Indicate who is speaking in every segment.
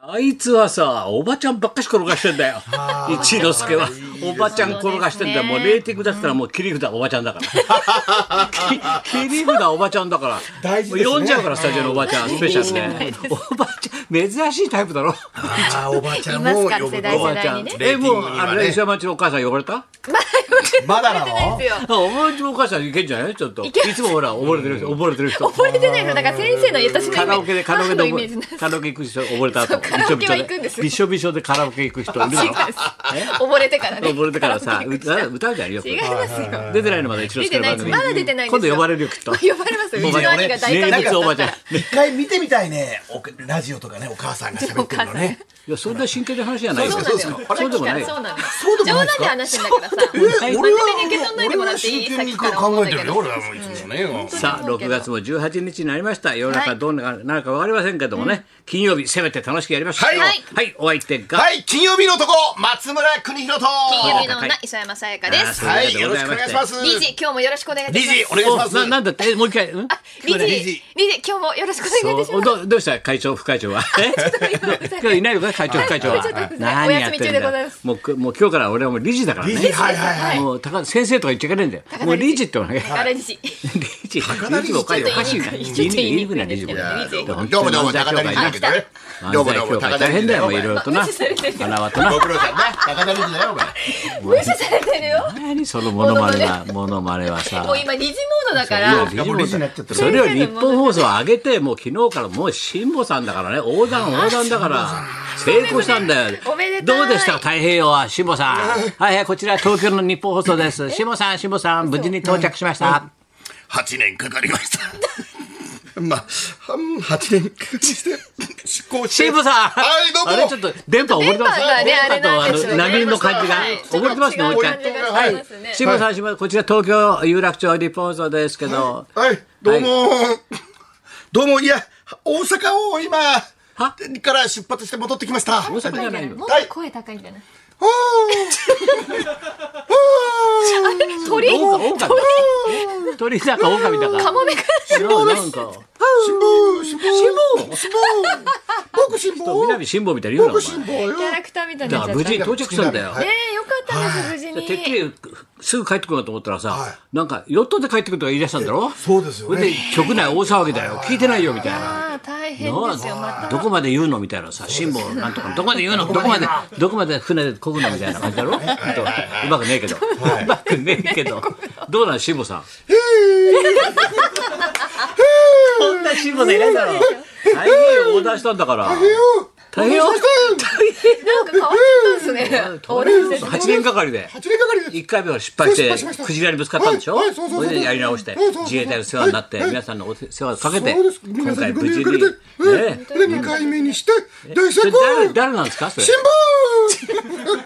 Speaker 1: あいつはさ、おばちゃんばっかし転がしてんだ よ。一之輔は。おばちゃん転がしてんだよ。もうレーティングだったらもう切り札おばちゃんだ から。き切り札おばちゃんだから。
Speaker 2: 大事ですね
Speaker 1: もう呼んじゃうから、スタジオのおばちゃん、スペシャルね。おばちゃん、珍しいタイプだろ。
Speaker 2: ああ、おばちゃん
Speaker 3: い
Speaker 2: を
Speaker 3: ますから
Speaker 2: 呼ぶと
Speaker 3: 世代
Speaker 1: おばちゃん。
Speaker 3: 世代に
Speaker 1: え、もう、
Speaker 2: レーティングにはね
Speaker 1: あれ、石山町のお母さん汚れた
Speaker 2: まだな
Speaker 3: ない
Speaker 2: の
Speaker 3: ですよ。
Speaker 1: あお前んちのお母さんいけんじゃないちょっと。いつもほら、溺れてる人、溺れてる人。
Speaker 3: 覚えてないの、だから先生の私のイメージ。
Speaker 1: カラオケで、カラオケで
Speaker 3: 母のイメージなん
Speaker 1: 溺
Speaker 3: で
Speaker 1: れ、
Speaker 3: す
Speaker 1: カラオケ行く人、溺れた後。
Speaker 3: そうカラオケは行くんですよ
Speaker 1: びしょびしょでカラオケ行く人いるだろ。
Speaker 3: 溺れてからね。
Speaker 1: 溺れてから さ、
Speaker 3: カラオケ
Speaker 1: 歌歌うじゃんよく。
Speaker 3: 違いますよ。
Speaker 1: 出てないのまだ一応
Speaker 3: 出てないです。まだ出てないんです
Speaker 1: 今
Speaker 3: よ
Speaker 1: 度呼ばれるよ、きっ と。
Speaker 3: 呼ばれますよ。うちの兄が大
Speaker 1: 連
Speaker 3: 活躍
Speaker 1: 日お
Speaker 3: だ
Speaker 1: ば
Speaker 3: っ
Speaker 1: ち
Speaker 3: た
Speaker 1: ゃん。
Speaker 3: ら
Speaker 1: い。
Speaker 2: 一回見てみたいね。おラジオとかね、お母さんが喋ってるのね。
Speaker 1: や、そんな真剣な話じゃないよ。
Speaker 3: そうなんですよ。
Speaker 1: そうでもないよ。
Speaker 3: そうなんです。
Speaker 2: そうでも
Speaker 3: 冗
Speaker 2: な
Speaker 3: 談
Speaker 2: いですか
Speaker 3: で話してんだからさ。
Speaker 2: え、俺は
Speaker 3: 真面目に受け取んないでもらってい
Speaker 2: 俺は真
Speaker 3: い
Speaker 2: 剣に
Speaker 3: さっきから思
Speaker 2: 考
Speaker 3: っ
Speaker 2: え
Speaker 3: た
Speaker 2: て
Speaker 3: けど
Speaker 2: るよ。俺はもういつもね。もう
Speaker 1: さあ、
Speaker 3: そうだけ
Speaker 1: 6
Speaker 3: ど
Speaker 1: 月も18日になりました。世の中
Speaker 3: はい
Speaker 1: どうなるかわかりませんけどもね、金曜日、せめて楽しくやりましょう。
Speaker 2: はい
Speaker 1: はい、お相手が。
Speaker 2: はい、金曜日の男、松村邦弘と。
Speaker 3: 金曜日の女、磯山さやかです。
Speaker 1: あ
Speaker 2: はい、よろしくお願いします。
Speaker 3: 理事、今日もよろしくお願いいた
Speaker 2: 理
Speaker 3: します。
Speaker 2: 事、お願いします。
Speaker 1: おななんだってえもう一回。うん
Speaker 3: 理事、
Speaker 2: 理
Speaker 3: 理
Speaker 2: 事
Speaker 3: 事、今日もよろしくお願いいたし
Speaker 1: そう
Speaker 3: ます。
Speaker 1: どどうした会長副会 長は今日いないのか会長副会長は
Speaker 3: はいちょっとごめんなさい
Speaker 1: 何やってん
Speaker 3: お休み中で
Speaker 1: だ
Speaker 3: ござい
Speaker 1: よ
Speaker 3: ます
Speaker 1: もうくもう今日から俺はもう理事だから
Speaker 2: 理
Speaker 1: ね
Speaker 2: 事、はいはいはい。
Speaker 1: もう高先生とか言っちゃいけないんだよ
Speaker 3: 田
Speaker 1: もう理事ってお願い
Speaker 3: 高田理事。
Speaker 1: 理事
Speaker 2: 田
Speaker 1: 理事
Speaker 2: 理事
Speaker 1: の会おかしいな
Speaker 3: ちょっと
Speaker 1: 言
Speaker 3: 言
Speaker 1: い
Speaker 3: い
Speaker 1: に
Speaker 3: に
Speaker 1: く
Speaker 3: く
Speaker 1: い
Speaker 3: い
Speaker 1: 言いにくいな理事これ
Speaker 2: どうもどうも、高田理事だけどね。どうもどうも、高田
Speaker 1: 大変だよもういろいろとな
Speaker 3: 無視されてる
Speaker 1: 花輪とな
Speaker 2: ご苦労さんな。高田理事だよ、お前。
Speaker 3: 無視されてるよ。
Speaker 1: 何そのモノマネはモノマネはさ
Speaker 3: もう今理事モードだか
Speaker 1: いや
Speaker 3: ら。
Speaker 2: もう理事になっちゃってる
Speaker 1: それを日本放送上げてもう昨日からもう辛坊さんだからね横断横断だから成功したんだよ
Speaker 3: おめでたい
Speaker 1: どうでした太平洋は辛坊さんはいはいこちら東京の日本放送です辛坊さん辛坊さん無事に到着しました
Speaker 2: 8年かかりました。 まあ、うん8年かかりして、執行して。
Speaker 1: 辛坊さん
Speaker 2: はい、どうも。
Speaker 1: あれちょっと電波溺れてます
Speaker 3: 電波がねあれなんですよね
Speaker 1: 波の感じが
Speaker 3: はい
Speaker 1: 溺れてますね
Speaker 3: ちょっ
Speaker 1: おっ
Speaker 3: と違
Speaker 1: ちゃん
Speaker 3: う感じが
Speaker 1: は
Speaker 3: し
Speaker 1: い
Speaker 3: ますね
Speaker 1: 辛坊さん辛坊さんこちら東京有楽町日本放送ですけど
Speaker 2: はい、どうも、どうも、いや、大阪を今、
Speaker 1: は
Speaker 2: から出発して戻ってきました。
Speaker 1: 大阪じゃないよ
Speaker 3: もっと声高いんじゃない
Speaker 2: あー
Speaker 3: 鳥
Speaker 1: 狼狼鳥だか狼だか
Speaker 3: カモメか
Speaker 1: なんか
Speaker 2: 辛抱、辛抱、辛抱、僕辛抱
Speaker 1: 南、辛坊みたいに言うなお
Speaker 2: 僕
Speaker 1: 前
Speaker 2: 辛抱よ
Speaker 3: キャ。ラクターみたいに
Speaker 1: だ
Speaker 3: な
Speaker 1: から
Speaker 3: っちゃっ
Speaker 1: 無事
Speaker 3: た。
Speaker 1: に到着したんだよ
Speaker 2: は。い
Speaker 3: ねえよかったです無
Speaker 1: で
Speaker 3: 事
Speaker 1: てっき
Speaker 3: に。
Speaker 1: りすぐ帰ってくるかと思ったらさ、
Speaker 2: はい
Speaker 1: なんかヨットで帰ってくるとか言い出したんだろ
Speaker 2: そうですよね
Speaker 1: それで局内大騒ぎだよ聞いてないよみたいな。
Speaker 3: ああ大変
Speaker 1: な
Speaker 3: ですよま
Speaker 1: どこまで言うのみたいなさ辛抱なんとかどこまで言うのどこまでどこまで船で漕ぐのみたいな感じだろあとうまくねえけどうまくねえけどどうなん辛坊さんこんな辛抱でいないだろ太平洋横断したんだから太平洋
Speaker 3: たなんか変わっちゃったんですね。オレンジです。
Speaker 1: 8年がかりで
Speaker 2: 8年かかりです。
Speaker 1: 一回目は失敗して
Speaker 2: そう失敗しました
Speaker 1: クジラにぶつかったんでしょ、
Speaker 2: はいはいそうそうそう
Speaker 1: れでやり直して
Speaker 2: はいそうそう
Speaker 1: 自衛隊の世話になって
Speaker 2: はい
Speaker 1: 皆さんのお世話をかけて
Speaker 2: そうです。
Speaker 1: 今
Speaker 2: 皆さ
Speaker 1: 回
Speaker 2: ん
Speaker 1: 無
Speaker 2: ご
Speaker 1: 事
Speaker 2: め
Speaker 1: に
Speaker 2: んくれて、え
Speaker 1: ね
Speaker 2: で二回目にして、大
Speaker 1: そ
Speaker 2: 成
Speaker 1: れ
Speaker 2: 功。
Speaker 1: 誰誰なんですかそれ
Speaker 2: 辛抱。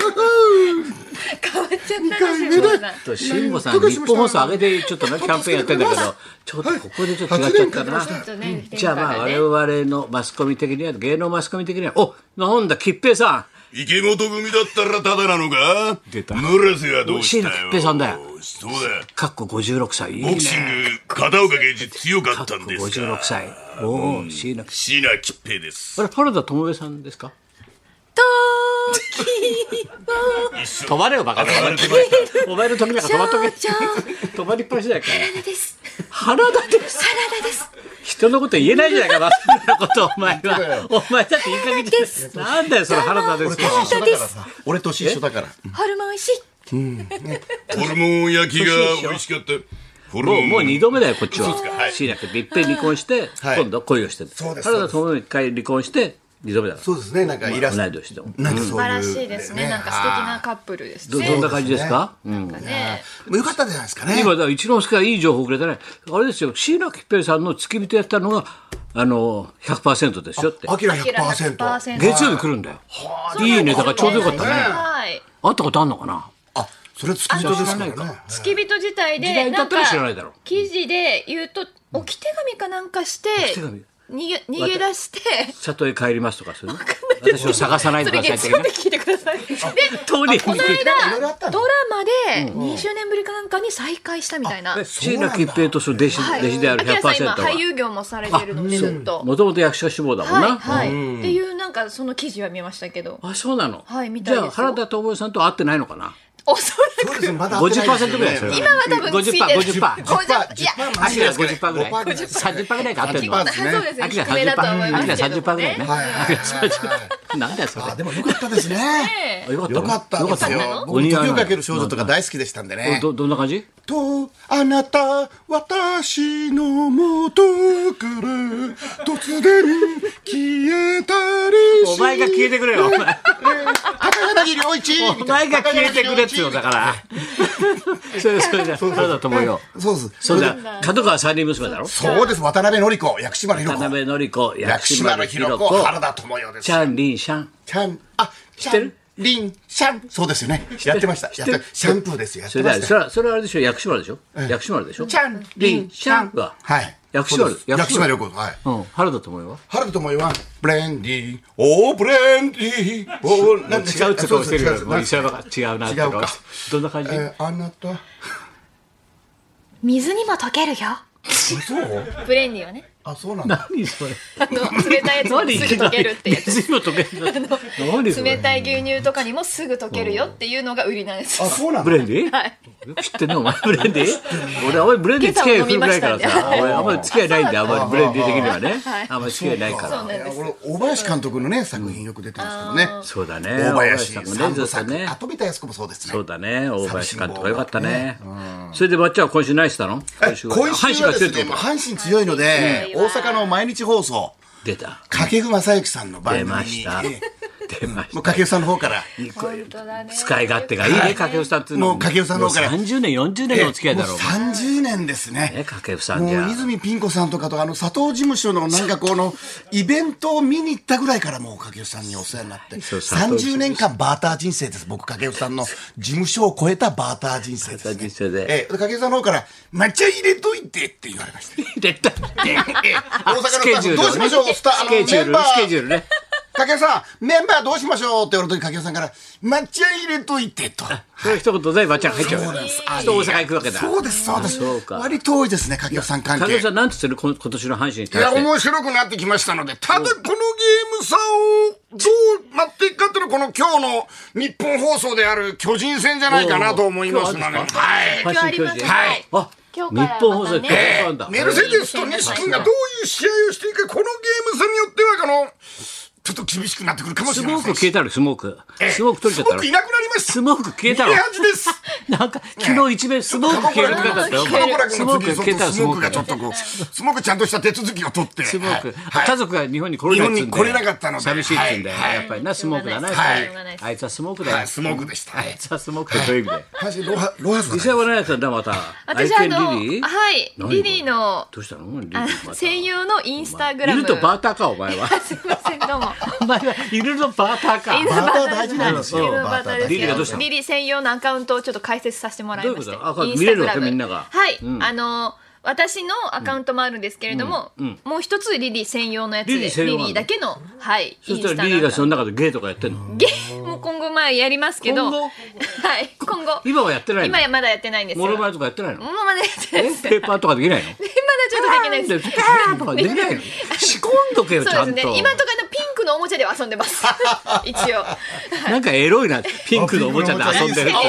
Speaker 3: 変わっちゃった
Speaker 2: 回
Speaker 3: んです
Speaker 2: 目
Speaker 3: よ。
Speaker 2: で
Speaker 3: そんな
Speaker 1: 辛坊さ
Speaker 2: ど
Speaker 1: ん
Speaker 2: うか
Speaker 1: 日
Speaker 2: しました
Speaker 1: 本放送上げてちょっとねキャンペーンやってんだけどちょっとここでちょっと違っちゃったな、
Speaker 2: はい
Speaker 3: ちょっとね
Speaker 1: じゃあまあ
Speaker 3: ね
Speaker 1: 我々のマスコミ的には芸能マスコミ的にはおなんだ吉平さ
Speaker 4: 池本組だったらタダなのか
Speaker 1: 出た
Speaker 4: 村瀬はどうしたよ
Speaker 1: 椎名桔平さんだよ
Speaker 4: そうだ
Speaker 1: んかっこ56歳いい
Speaker 4: ボ
Speaker 1: ね
Speaker 4: クシング片岡源氏強
Speaker 1: か
Speaker 4: か
Speaker 1: っ
Speaker 4: っ
Speaker 1: こ
Speaker 4: たんですか
Speaker 1: 56歳おお椎名
Speaker 4: 椎名桔平です
Speaker 1: これ原田智世さんですか
Speaker 3: 時
Speaker 4: 一緒
Speaker 1: 止まれよバカ
Speaker 4: 暴れてました
Speaker 1: お前の時なんか止まっとけ
Speaker 3: ちょ
Speaker 1: 止まりっぱなしだよ
Speaker 3: 々です。
Speaker 1: 原田です
Speaker 3: 原田です。
Speaker 1: 人のこと言えないじゃないか、マスコミのこと、お前は。お前だっていい加減です。なんだよ、その原田ですよ。
Speaker 2: 緒だからさ。俺年一緒だから。
Speaker 3: ホルモン美味しい。
Speaker 4: ホルモン焼きが美味しかったホル
Speaker 1: も
Speaker 4: モ
Speaker 1: う、
Speaker 4: ン
Speaker 1: もう二度目だよ、こっちは
Speaker 4: そうですかは。い
Speaker 1: 椎名君でいっぺん離婚して、
Speaker 2: はい
Speaker 1: 今度は恋をしてる。
Speaker 2: そうです
Speaker 1: 原田智美一回離婚して、二度目だから。
Speaker 2: そうですね、なんかイラス
Speaker 1: 同
Speaker 2: ト。
Speaker 1: い年でも。
Speaker 2: なんかそういう。
Speaker 3: 素晴らしいですね。なんか素敵なカップルです
Speaker 1: ど
Speaker 3: ね。
Speaker 1: どんな感じですかうん
Speaker 3: なんかね。
Speaker 2: もうよかったんじゃないですかね。
Speaker 1: 今、だから一之輔はいい情報をくれたね。あれですよ、椎名桔平さんの付き人やったのが、あの、100%ですよって。
Speaker 2: アキラ
Speaker 3: キラ
Speaker 2: 100%。
Speaker 3: 100%
Speaker 1: 月曜日来るんだよ。いいネタがちょうどよかったね。
Speaker 3: はい。
Speaker 1: 会ったことあんのかな
Speaker 2: あ、それ付き人ですからね。
Speaker 3: 付き人自
Speaker 1: 時代
Speaker 3: 体で、
Speaker 1: に経
Speaker 3: な
Speaker 1: っ
Speaker 3: ん
Speaker 1: た
Speaker 3: から
Speaker 1: 知らないだろう
Speaker 3: 記事で言うと、置き手紙かなんかして、
Speaker 1: 手紙
Speaker 3: 逃げ逃げ出して、
Speaker 1: 里へ帰りますとかする私を探さないで
Speaker 3: そ
Speaker 1: く
Speaker 3: れ
Speaker 1: ださいって
Speaker 3: 月曜
Speaker 1: ね
Speaker 3: 日。聞いてください。で、
Speaker 1: 当人
Speaker 3: この
Speaker 2: いろいろあったの
Speaker 3: 間、ドラマで20年ぶりかなんかに再会したみたいな。
Speaker 1: 椎名桔平とその弟子,、弟子である
Speaker 3: 明さん今
Speaker 1: 100%
Speaker 3: 俳
Speaker 1: は
Speaker 3: 優業もされてるのでずっと。
Speaker 1: もともと役者志望だもん
Speaker 3: はい
Speaker 1: な、
Speaker 3: はい。っていうなんなんかその記事は見ましたけど。
Speaker 1: あ、そうなの。
Speaker 3: はいみた
Speaker 1: じ
Speaker 3: いです
Speaker 1: ゃあ、
Speaker 3: よ
Speaker 1: 原田知世さんと会ってないのかな。
Speaker 3: おそ
Speaker 2: そうですまだ
Speaker 1: 50%ぐらいですよ。
Speaker 3: 今は多分
Speaker 1: 50%
Speaker 3: ついてる
Speaker 1: 50%。
Speaker 3: らく。
Speaker 2: 10%
Speaker 3: いや、
Speaker 2: 10%
Speaker 1: アキラ50%ぐらい。
Speaker 2: 5%
Speaker 1: 30%ぐらいで合って
Speaker 2: 10%
Speaker 1: る
Speaker 2: パ
Speaker 1: の
Speaker 2: ー。ですね
Speaker 3: そうですね。
Speaker 1: アキラ
Speaker 3: 低めだと思いま
Speaker 1: 30%。アキ
Speaker 3: すけ
Speaker 1: ラ
Speaker 3: どね。
Speaker 1: 30%ぐらいね。
Speaker 2: はいはいはいはい
Speaker 1: なんだよ、それ
Speaker 2: あ。でもよかったですね。
Speaker 3: ねえ
Speaker 1: よかった
Speaker 2: よかったです
Speaker 1: よ
Speaker 2: よ。
Speaker 1: お
Speaker 2: 僕
Speaker 1: 似合い
Speaker 2: 時
Speaker 1: な
Speaker 2: をかける少女とか大好きでしたんでね。
Speaker 1: ど、どんな感じ
Speaker 2: と、あなた、私の元から、突然消えたりし
Speaker 1: お前が消えてくれよ。
Speaker 2: 高柳良一
Speaker 1: お前が消えてくれっつうのだから。それそれじゃ、原田智世。
Speaker 2: そうです。
Speaker 1: そうだ、角川三人娘だろ
Speaker 2: そうです。渡辺典子、薬師丸ひろ
Speaker 1: 渡
Speaker 2: 子。
Speaker 1: 辺典子、
Speaker 2: 薬師丸ひろ子、原田知世です。
Speaker 1: チャン・リン・シャン。
Speaker 2: ちゃん、あ、知
Speaker 1: ってる
Speaker 2: リン、シャン。そうですよね。やってました。やってシャンプーですよ。やっ
Speaker 1: そ
Speaker 2: て
Speaker 1: れ
Speaker 2: ま
Speaker 1: だよそ
Speaker 2: した。
Speaker 1: れは、それはあれでしょ薬師丸でしょ薬師丸でしょ
Speaker 2: ちゃん、
Speaker 1: リン・シャンは。
Speaker 2: はい。
Speaker 1: 薬師丸
Speaker 2: そうです薬師丸ひろ子。はい。
Speaker 1: うん、原田智世は
Speaker 2: 原田智世は、ブレンディー、おー、ブレンディー、おー、なんで
Speaker 1: 違うって顔してる
Speaker 2: そ
Speaker 1: か
Speaker 2: うで
Speaker 1: ら、
Speaker 2: す
Speaker 1: もう石
Speaker 2: 違う
Speaker 1: 山が違うなって
Speaker 2: 違う
Speaker 1: 顔
Speaker 2: か
Speaker 1: どんな感じ
Speaker 2: えーあなた、
Speaker 3: 水にも溶けるよ。
Speaker 2: そう
Speaker 3: ブレンディはね。
Speaker 2: あ、そうなんだ。
Speaker 1: 何それ
Speaker 3: あの冷たいやつも
Speaker 1: 何い
Speaker 3: す
Speaker 1: き
Speaker 3: ぐ
Speaker 1: な
Speaker 3: 溶け
Speaker 1: り
Speaker 3: るってやつ。
Speaker 1: 水にも溶ける何そ
Speaker 3: 冷
Speaker 1: れ
Speaker 3: たい牛乳とかにもすぐ溶けるよっていうのが売りなんです
Speaker 2: あ、。そうなん
Speaker 1: ブ
Speaker 2: だ。
Speaker 1: レンディ
Speaker 3: はい。
Speaker 1: よく知ってんねお前ブレンディ俺あんまりブレンディ付き合い古くないから
Speaker 3: 今朝
Speaker 1: さ
Speaker 3: も飲みましたんで
Speaker 1: 俺あんまり付き合いないんであんまりブレンディ的にはね
Speaker 3: はい
Speaker 1: あんまり付き合いないか
Speaker 3: そうなん
Speaker 1: ら
Speaker 3: で
Speaker 2: い
Speaker 3: す
Speaker 2: や俺、大林監督のね、作品よく出てますけどね。
Speaker 1: そうだね
Speaker 2: 大林
Speaker 1: 大林
Speaker 2: さん
Speaker 1: さんもね
Speaker 2: もね、
Speaker 1: ずっとね
Speaker 2: あ、富田靖子もそうですね。
Speaker 1: そうだね大林監督がよかったね
Speaker 2: 寂しい
Speaker 1: それでばっちゃんは今週何したの
Speaker 2: え
Speaker 1: 今週は
Speaker 2: 今週は
Speaker 1: 阪神が
Speaker 2: で
Speaker 1: 強いっ
Speaker 2: す
Speaker 1: て
Speaker 2: ね、
Speaker 1: こ
Speaker 2: もう
Speaker 1: と
Speaker 2: 阪神強いので、
Speaker 3: 阪
Speaker 2: 大
Speaker 3: 神強いわ
Speaker 2: 阪の毎日放送、
Speaker 1: 出た
Speaker 2: 掛布正幸さんの番
Speaker 1: 出
Speaker 2: 組に、
Speaker 1: ました
Speaker 2: ええ
Speaker 1: 出まし
Speaker 2: もう
Speaker 1: た
Speaker 2: 掛布さんの方から、
Speaker 3: 本当だね。
Speaker 1: 使い勝手がいいね掛布さんっていうの
Speaker 2: もう掛布さんの方から
Speaker 1: もう30年40年のお付き合いだろ
Speaker 2: も
Speaker 1: う
Speaker 2: う30年ですね。
Speaker 1: ね掛布さん
Speaker 2: も
Speaker 1: じゃ
Speaker 2: う泉ピン子さんとかとあの佐藤事務所のなん かこのイベントを見に行ったぐらいからもう掛布さんにお世話になって
Speaker 1: そう佐藤事務所
Speaker 2: 30年間バーター人生です僕掛布さんの事務所を超えたバーター人生です、
Speaker 1: バー
Speaker 2: ね、
Speaker 1: ター人生で
Speaker 2: ええ掛布さんの方から「抹茶入れといて」って言われました
Speaker 1: 出た
Speaker 2: ええええ大阪の
Speaker 1: スケジュール
Speaker 2: どうしましょうスタあ
Speaker 1: ス
Speaker 2: の
Speaker 1: ケジュ
Speaker 2: メ
Speaker 1: ー
Speaker 2: ン
Speaker 1: ル
Speaker 2: バ
Speaker 1: スケジュー
Speaker 2: ー
Speaker 1: ルね
Speaker 2: 掛布さんメンバーどうしましょうって言われた時掛布さんから「抹茶入れといて」と。
Speaker 1: そういう一言でばっちゃん入っちゃう
Speaker 2: そ
Speaker 1: よ
Speaker 2: うなんです。あ
Speaker 1: 人大阪行くわけだ
Speaker 2: そうです、そうで
Speaker 1: あそう
Speaker 2: す。
Speaker 1: か
Speaker 2: 割と多いですね、掛布さん関係。
Speaker 1: 影さん、なんつってるこの今年の阪神に
Speaker 2: い
Speaker 1: 対
Speaker 2: や、
Speaker 1: して。
Speaker 2: 面白くなってきましたので、ただこのゲーム差をどう待っていくかっていうのは、この今日の日本放送である巨人戦じゃないかなと思いますので、
Speaker 1: おー今日
Speaker 2: はい。
Speaker 1: 阪神巨人。
Speaker 3: はい
Speaker 1: あ、日
Speaker 3: 今日からまたね
Speaker 1: 本放送で変わんだ。
Speaker 2: メルセデスと西君がどういう試合をしていくか、このゲーム差によっては、あの、ちょっと厳しくなってくるかも
Speaker 1: ス
Speaker 2: しれま
Speaker 1: モー
Speaker 2: せ
Speaker 1: ク
Speaker 2: ん。
Speaker 1: 消えたのスモーク。スモーク取れちゃった
Speaker 2: スモー
Speaker 1: の
Speaker 2: クいなくなりました。
Speaker 1: スモーク消えたの
Speaker 2: 逃げ恥です。
Speaker 1: なんか、昨日一面スモーク消えるって方だったよ。
Speaker 2: カモラ君
Speaker 1: ス
Speaker 2: の
Speaker 1: モー
Speaker 2: 次
Speaker 1: ク
Speaker 2: にそ
Speaker 1: 消えた
Speaker 2: の
Speaker 1: の
Speaker 2: ス
Speaker 1: ス
Speaker 2: モ
Speaker 1: モ
Speaker 2: ーク
Speaker 1: ー
Speaker 2: が
Speaker 1: ク
Speaker 2: ちょっとこう、スモークちゃんとした手続きを取って。
Speaker 1: スモーク。
Speaker 2: はい
Speaker 1: 家族が日本に来れないっつうん
Speaker 2: 日本に来れな
Speaker 1: だ
Speaker 2: か
Speaker 1: よ
Speaker 2: ったので
Speaker 1: 寂しいっつうんだよ。
Speaker 2: はい
Speaker 1: やっぱりな、スモークだな。
Speaker 2: はい
Speaker 1: やっぱりあいつはスモークだよ。
Speaker 2: はい、スモークでした。は
Speaker 1: あい
Speaker 2: い。
Speaker 1: つはスモークってどういう意味で。
Speaker 2: マジロハ、ロハスだ
Speaker 1: 伊
Speaker 2: ね
Speaker 1: 勢は何やったんだ、また。
Speaker 3: 私
Speaker 1: 愛
Speaker 3: あ
Speaker 1: 犬
Speaker 3: の、
Speaker 1: リリー
Speaker 3: はい、
Speaker 1: 何
Speaker 3: リリーの
Speaker 1: どうしたのリリー
Speaker 3: あ
Speaker 1: ま
Speaker 3: の
Speaker 1: た
Speaker 3: 専用のインスタグラム。
Speaker 1: いると バーターか、お前は。
Speaker 3: すいません、どうも。
Speaker 1: お前は犬のバーターか。
Speaker 3: 犬のバーター
Speaker 2: 大事なんです
Speaker 3: リ
Speaker 2: よ
Speaker 3: リーのバーターです
Speaker 1: リリーがどうしたの
Speaker 3: リリー専用のアカウントをちょっと解説させてもらいまして
Speaker 1: どういうことあこれ
Speaker 3: インスタグラ
Speaker 1: 見れるわ
Speaker 3: ム
Speaker 1: けみんなが
Speaker 3: はい、
Speaker 1: うん
Speaker 3: あの私のアカウントもあるんですけれども、
Speaker 1: うんうん
Speaker 3: もう一つリリー専用のやつで
Speaker 1: リ
Speaker 3: リ
Speaker 1: リー
Speaker 3: リ
Speaker 1: 専用なの
Speaker 3: ーだけのはい
Speaker 1: そ
Speaker 3: イン
Speaker 1: した
Speaker 3: ス
Speaker 1: ら
Speaker 3: タ
Speaker 1: リリーがそ
Speaker 3: の
Speaker 1: の中でゲーとかやってんの
Speaker 3: ゲもう今後まあやりますけど
Speaker 1: 今後
Speaker 3: はい今後
Speaker 1: 今はやってないの
Speaker 3: 今はまだやってないんですよ
Speaker 1: モノマ
Speaker 3: ま
Speaker 1: ネとかやってないの
Speaker 3: ものまね
Speaker 1: え
Speaker 3: です まだ
Speaker 1: ペーパーとかできないので
Speaker 3: ちょっとできないです
Speaker 1: ペーパーとか できないの仕込んどけよち
Speaker 3: そ
Speaker 1: ゃ
Speaker 3: うんです
Speaker 1: と
Speaker 3: ね今とかのピンクのおもちゃでは遊んでます一応
Speaker 1: なんかエロいなピンクのおもちゃで遊んでる
Speaker 2: あ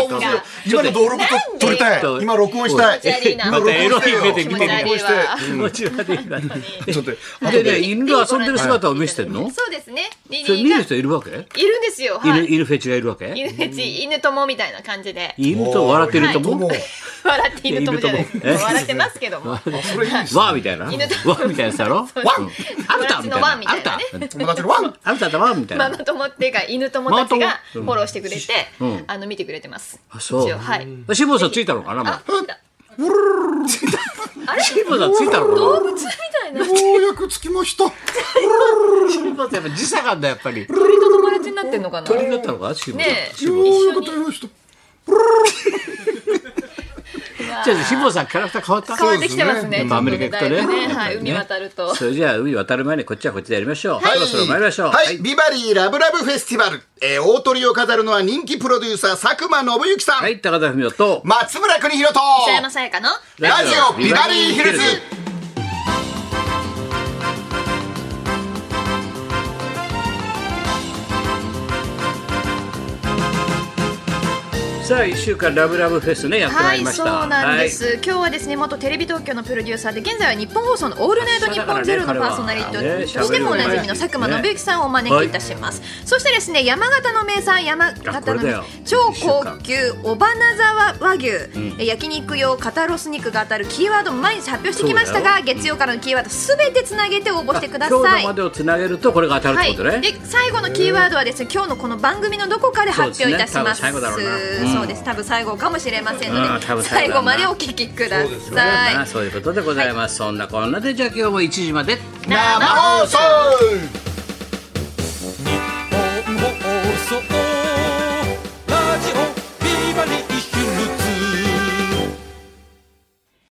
Speaker 1: ちょっ
Speaker 2: 面
Speaker 1: と
Speaker 2: 白い今の道路と撮りたい
Speaker 1: なんで
Speaker 2: 今録音したい
Speaker 3: 気持ち悪いな
Speaker 1: ま
Speaker 2: 今録
Speaker 1: た
Speaker 2: 音
Speaker 1: エロい目で見てる
Speaker 2: 今録音して
Speaker 1: 気持ち悪いわね
Speaker 2: ちょっと
Speaker 1: でね犬が遊んでる姿を見せてんの
Speaker 3: そうですねリ
Speaker 1: それ
Speaker 3: リー
Speaker 1: 見
Speaker 3: が
Speaker 1: る人いるわけ
Speaker 3: いるんですよはい
Speaker 1: 犬犬フェチがいるわけ
Speaker 3: 犬フェチ犬友みたいな感じで
Speaker 1: 犬と笑ってると思う
Speaker 2: はい
Speaker 3: 笑って犬友じゃないです
Speaker 1: 犬友え
Speaker 3: 笑ってますけどもわ
Speaker 2: それいいです
Speaker 1: わーみたいなわ
Speaker 3: 犬と
Speaker 1: ーみたいなやつだろワンアフターみたいな
Speaker 3: 友達のワンみたいなね
Speaker 1: アフター
Speaker 2: 友達のワン
Speaker 1: アフターだワンみたい
Speaker 3: マ
Speaker 1: な
Speaker 3: マ友っていうか犬友たちが
Speaker 1: ママ友
Speaker 3: フォローしてくれて
Speaker 1: うん
Speaker 3: あの見てくれてます
Speaker 1: あそう
Speaker 3: 一応はい
Speaker 1: 辛坊さんついたのかなもう
Speaker 3: あなんだあれ
Speaker 1: 辛坊さんついたのかな
Speaker 3: 動物みたいな鳥
Speaker 2: ようやく着きました
Speaker 1: 辛坊さんやっぱ時差があんだやっぱり
Speaker 3: と友達になってんのかな
Speaker 1: 鳥にな
Speaker 3: ね
Speaker 1: ったのか辛坊さん
Speaker 3: え一
Speaker 2: ようや
Speaker 3: 緒
Speaker 2: く
Speaker 3: に
Speaker 2: 着きました
Speaker 1: じゃあ辛坊さんキャラクター変わった
Speaker 3: 変わってきてますね
Speaker 1: やっぱアメリカ行くと
Speaker 3: ちょっと
Speaker 1: ね
Speaker 3: ねはい海渡ると
Speaker 1: それじゃあ海渡る前にこっちはこっちでやりましょう
Speaker 2: はい
Speaker 1: そろそろ参りましょう
Speaker 2: はい、ビバリーラブラブフェスティバル、えー、大鳥を飾るのは人気プロデューサー佐久間信之さん、
Speaker 1: はい高田文夫と
Speaker 2: 松村邦弘と
Speaker 3: 磯山さやかの
Speaker 2: ラジオビバリーヒルズ
Speaker 1: さあ一週間ラブラブフェスねやってま
Speaker 3: はい
Speaker 1: り
Speaker 3: い、
Speaker 1: まし
Speaker 3: そ
Speaker 1: た。
Speaker 3: うなんで
Speaker 1: は
Speaker 3: す。今日はですね、元テレビ東京のプロデューサーで、現在は日本放送のオールナイト日本ゼロのパーソナリティとしてもおなじみの佐久間信之さんをお招きいたします。そしてですね、山形の名産、山形の名産
Speaker 1: あこれだよ
Speaker 3: 超高級尾花沢和牛、え焼肉用肩ロス肉が当たるキーワードも毎日発表してきましたが、月曜からのキーワードすべてつなげて応募してくだ
Speaker 1: い。今
Speaker 3: さ
Speaker 1: 日の
Speaker 3: い
Speaker 1: ま。でをつなげるとこれが当たるってことね。
Speaker 3: はい、で最後のキーワードはですね今日のこの番組のどこかで発表いたします
Speaker 1: そうですね多分最後だろうなうん
Speaker 3: そうです多分最後かもしれませんので、
Speaker 1: うん多分最
Speaker 3: 最
Speaker 1: 後だな
Speaker 3: 後までお聞きくだ
Speaker 1: そうだ
Speaker 3: さい、
Speaker 1: なそういうことでございます、そんなこんなでじゃあ今日も1時まで
Speaker 3: 生
Speaker 2: 放送
Speaker 5: 放送ラジオビバリー